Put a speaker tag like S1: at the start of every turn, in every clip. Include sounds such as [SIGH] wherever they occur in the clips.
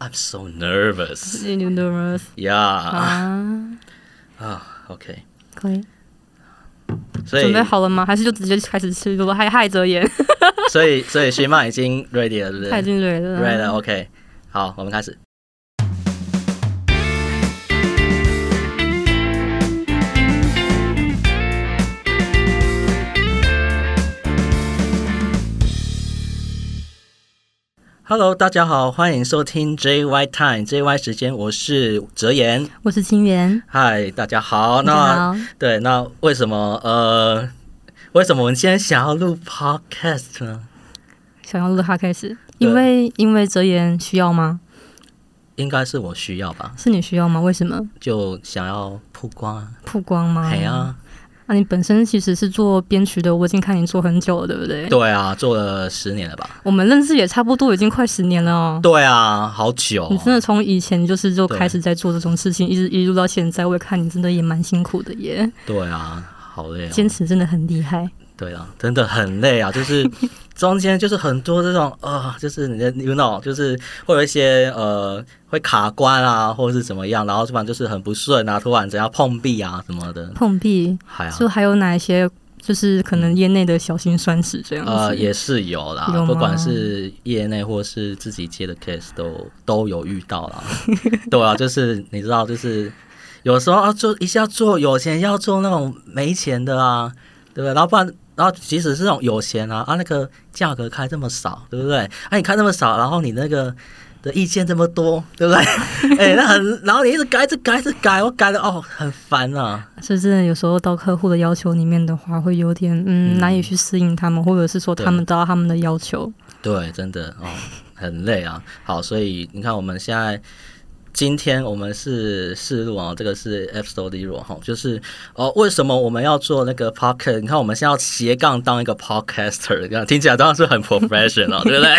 S1: I'm so nervous.
S2: You nervous
S1: Yeah.
S2: 啊？
S1: 啊，OK、
S2: 可以，
S1: o k 所
S2: 准
S1: 以
S2: 备好了吗？还是就直接开始吃？如果害害则言，
S1: 所以所以薛曼已经 ready 了，对不
S2: 他
S1: 对
S2: 已经累了。
S1: ？ready 了，OK。好，我们开始。Hello，大家好，欢迎收听 JY Time JY 时间，我是哲言。
S2: 我是清源，
S1: 嗨，大家好。
S2: 你
S1: 那
S2: 好，
S1: 对，那为什么呃，为什么我们今天想要录 podcast 呢？
S2: 想要录他开始，
S1: 对
S2: 因为因为哲言需要吗？
S1: 应该是我需要吧，
S2: 是你需要吗？为什么
S1: 就想要曝光啊，
S2: 曝光吗？
S1: 哎呀、
S2: 那、你本身其实是做编曲的，我已经看你做很久了，对不对？
S1: 对啊，做了十年了吧？
S2: 我们认识也差不多已经快十年了哦。
S1: 对啊，好久哦、
S2: 你真的从以前就是就
S1: 对
S2: 开始在做这种事情，一直一路到现在，我也看你真的也蛮辛苦的耶，
S1: 对啊，好累、
S2: 坚
S1: 哦，
S2: 持真的很厉害。
S1: 对啊，真的很累啊，就是中间就是很多这种呃，就是你的 you know，就是会有一些呃会卡关啊，或者是怎么样，然后突然就是很不顺啊，突然怎样碰壁啊什么的，
S2: 碰壁，
S1: 还啊。
S2: 就还有哪一些就是可能业内的小心酸史这样子？
S1: 呃，也是有啦，
S2: 有吗
S1: 不管是业内或是自己接的 case 都都有遇到啦。 [LAUGHS] 对啊，就是你知道，就是有时候要做一下做有钱，要做那种没钱的啊，对不对？然后不然，然后即使是那种有钱啊，啊那个价格开这么少，对不对？啊你开那么少，然后你那个。的意见这么多，对不对？ [LAUGHS] 哎、那很，然后你一直改，一直改，一直改，我改的哦，很烦啊。
S2: 所以真的有时候到客户的要求里面的话，会有点嗯
S1: 嗯
S2: 难以去适应他们，或者是说
S1: 对
S2: 他们达到他们的要求。
S1: 对，真的哦，很累啊。好，所以你看，我们现在今天我们是试录啊，这个是 F Studio 哈、就是哦，为什么我们要做那个 podcast？你看，我们现在要斜杠当一个 podcaster，这样听起来当然是很
S2: [LAUGHS]
S1: professional，对不对？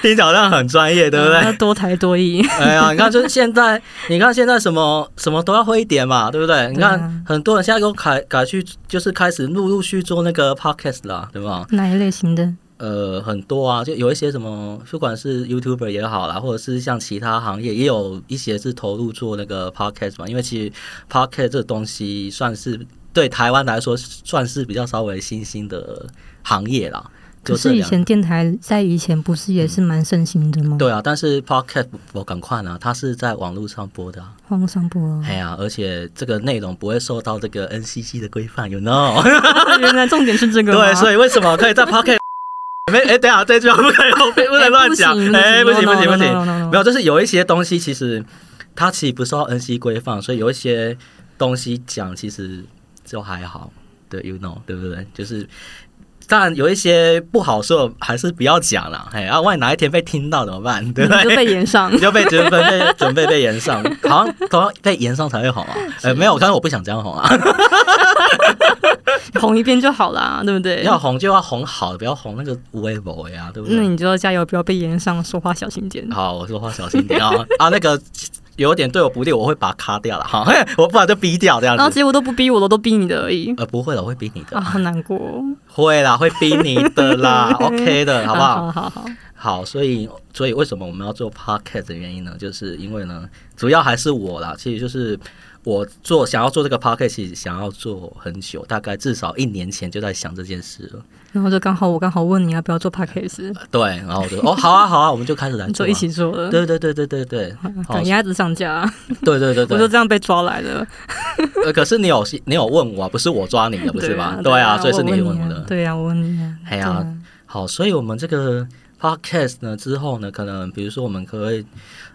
S1: 听起来好像很专业，对不对？
S2: 要多才多艺，
S1: 哎呀，你看，就是现在，你看现在什么什么都要会一点嘛，对不对？你
S2: 对啊
S1: 看很多人现在都改改去，就是开始陆陆续做那个 podcast 啦，对吧？
S2: 哪一类型的？
S1: 呃，很多啊，就有一些什么，不管是 YouTuber 也好啦，或者是像其他行业，也有一些是投入做那个 Podcast 嘛。因为其实 Podcast 这个东西算是对台湾来说算是比较稍微新兴的行业啦。就
S2: 可
S1: 这
S2: 是以
S1: 两
S2: 前电台在以前不是也是蛮盛行的吗？，
S1: 对啊，但是 Podcast 我赶快呢，它是在网络上播的、啊，
S2: 网络上播啊。
S1: 哎呀、而且这个内容不会受到这个 NCC 的规范，you [LAUGHS] know？
S2: 原来重点是这个吗
S1: 对，所以为什么可以在 [LAUGHS] Podcast 没？哎、等一下这句话不可以，不可以不能乱讲，哎、
S2: 哎
S1: 不行不行不行。没
S2: 行，
S1: 有，就是有一些东西其实它其实不受到 NC 规范，所以有一些东西讲其实就还好，对，you know，对不对？就是。当然有一些不好说，还是不要讲了。嘿，啊，万一哪一天被听到怎么办？ [LAUGHS] 对不
S2: 你就
S1: 对？
S2: 被延上
S1: 你。嗯就被准备被准备被延 [LAUGHS] 上，好像好像被延上才会红啊。呃，没有，但是我不想这样红啊。
S2: 红一遍就好啦，对不对？
S1: 要红就要红好，不要红那个无微博呀，对不对？
S2: 那你就要加油，不要被延上，说话小心点。
S1: 好，我说话小心点啊啊，那个有点对我不利，我会把它卡掉了哈，我不然就逼掉这样
S2: 然后
S1: 子。
S2: 结果都不逼我了，都逼你的而已
S1: 呃，不会了，我会逼你的，
S2: 啊， [LAUGHS] 好难过。
S1: 会啦，会逼你的 [LAUGHS] 啦，OK 的，好不好？
S2: 好好好，
S1: 好，所以所以为什么我们要做 podcast 的原因呢？就是因为呢，主要还是我啦，其实就是我做想要做这个 podcast，其实想要做很久，大概至少一年前就在想这件事了。
S2: 然后就刚好我刚好问你要不要做 podcast，
S1: 对，然后我就哦，好啊，好啊，我们就开始来
S2: 你
S1: 呃做、
S2: 就
S1: 啊，
S2: 一起做了。
S1: 对。对对对对对， [LAUGHS] 好
S2: 赶，鸭子上架，
S1: 对对对
S2: 我就
S1: 对。
S2: 这样被抓来了，
S1: 呃可是你有你有问我啊，不是我抓你的，不是吧？对啊，所以是
S2: 我
S1: 你
S2: 问
S1: 问
S2: 啊
S1: 我的。
S2: 对呀，我问你啊。
S1: 哎呀
S2: 对啊
S1: 好，所以我们这个 podcast 呢之后呢，可能比如说我们可不可以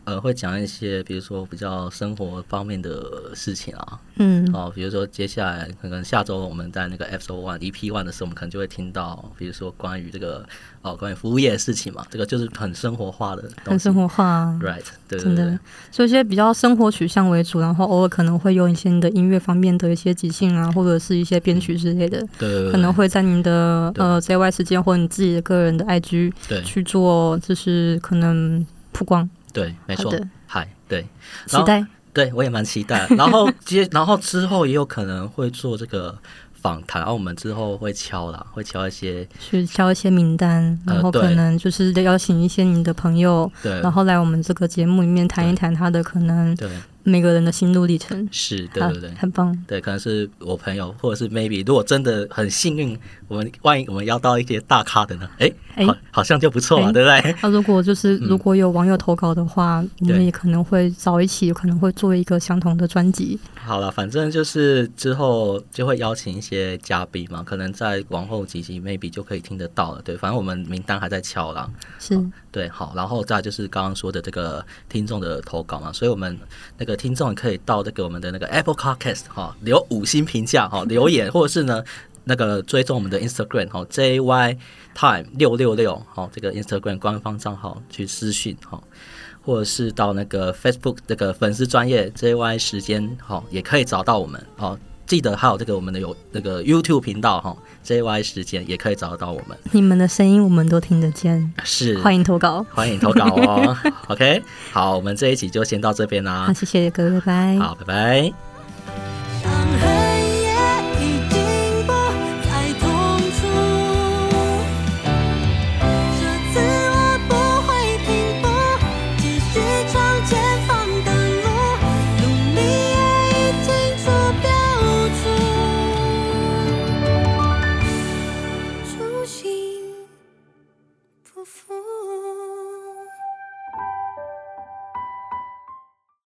S1: 呃会讲一些，比如说比较生活方面的事情啊，
S2: 嗯，
S1: 哦，比如说接下来可能下周我们在那个 episode one EP one 的时候，我们可能就会听到，比如说关于这个哦关于服务业的事情嘛，这个就是很生活化的东
S2: 很
S1: 西
S2: 生活化啊。
S1: ，right？对对
S2: 真的
S1: 对，，
S2: 所以一些比较生活取向为主，然后偶尔可能会用一些你的音乐方面的一些即兴啊，或者是一些编曲之类的，
S1: 对对对，
S2: 可能会在你的
S1: 对
S2: 呃 JY 时间或你自己的个人的 IG
S1: 对
S2: 去做，就是可能曝光。
S1: 对，没
S2: 好
S1: 错
S2: 的，
S1: 嗨，对。
S2: 期待
S1: [LAUGHS] 对我也蛮期待。然后接，然后之后也有可能会做这个访谈，然、后我们之后会敲啦，会敲一些
S2: 去挑一些名单，
S1: 呃
S2: 然后可
S1: 对嗯
S2: 能就是邀请一些你的朋友，
S1: 对
S2: 然后来我们这个节目里面谈一谈他的可能
S1: 对
S2: 每个人的心路历程。
S1: 是，对
S2: 好
S1: 对对。
S2: 很棒。
S1: 对，可能是我朋友，或者是 maybe，如果真的很幸运，我们万一我们邀到一些大咖的呢？哎、
S2: 哎
S1: 好，好像就不错嘛，
S2: 哎
S1: 对不对？ [LAUGHS]
S2: 那、如果就是如果有网友投稿的话，我们
S1: 对
S2: 也可能会找一起，可能会做一个相同的专辑。
S1: 好了，反正就是之后就会邀请一些嘉宾嘛，可能在往后几集 maybe 就可以听得到了。对，反正我们名单还在敲啦。
S2: 是，
S1: 对，好，然后再来就是刚刚说的这个听众的投稿嘛，所以我们那个听众可以到这个我们的那个 Apple Podcast 哈、留五星评价哈、留言，或者是呢那个追踪我们的 Instagram 哈、JY Time 六六六好这个 Instagram 官方账号去私讯哈、或者是到那个 Facebook 这个粉丝专业 JY 时间哈、也可以找到我们哦。记得还有这个我们的有那个 YouTube 频道哈、JY 时间也可以找得到我们，
S2: 你们的声音我们都听得见，
S1: 是
S2: 欢迎投稿。
S1: 欢迎投稿哦。OK，好，我们这一集就先到这边啦
S2: 好，。谢谢各位，拜拜。
S1: 好，拜拜。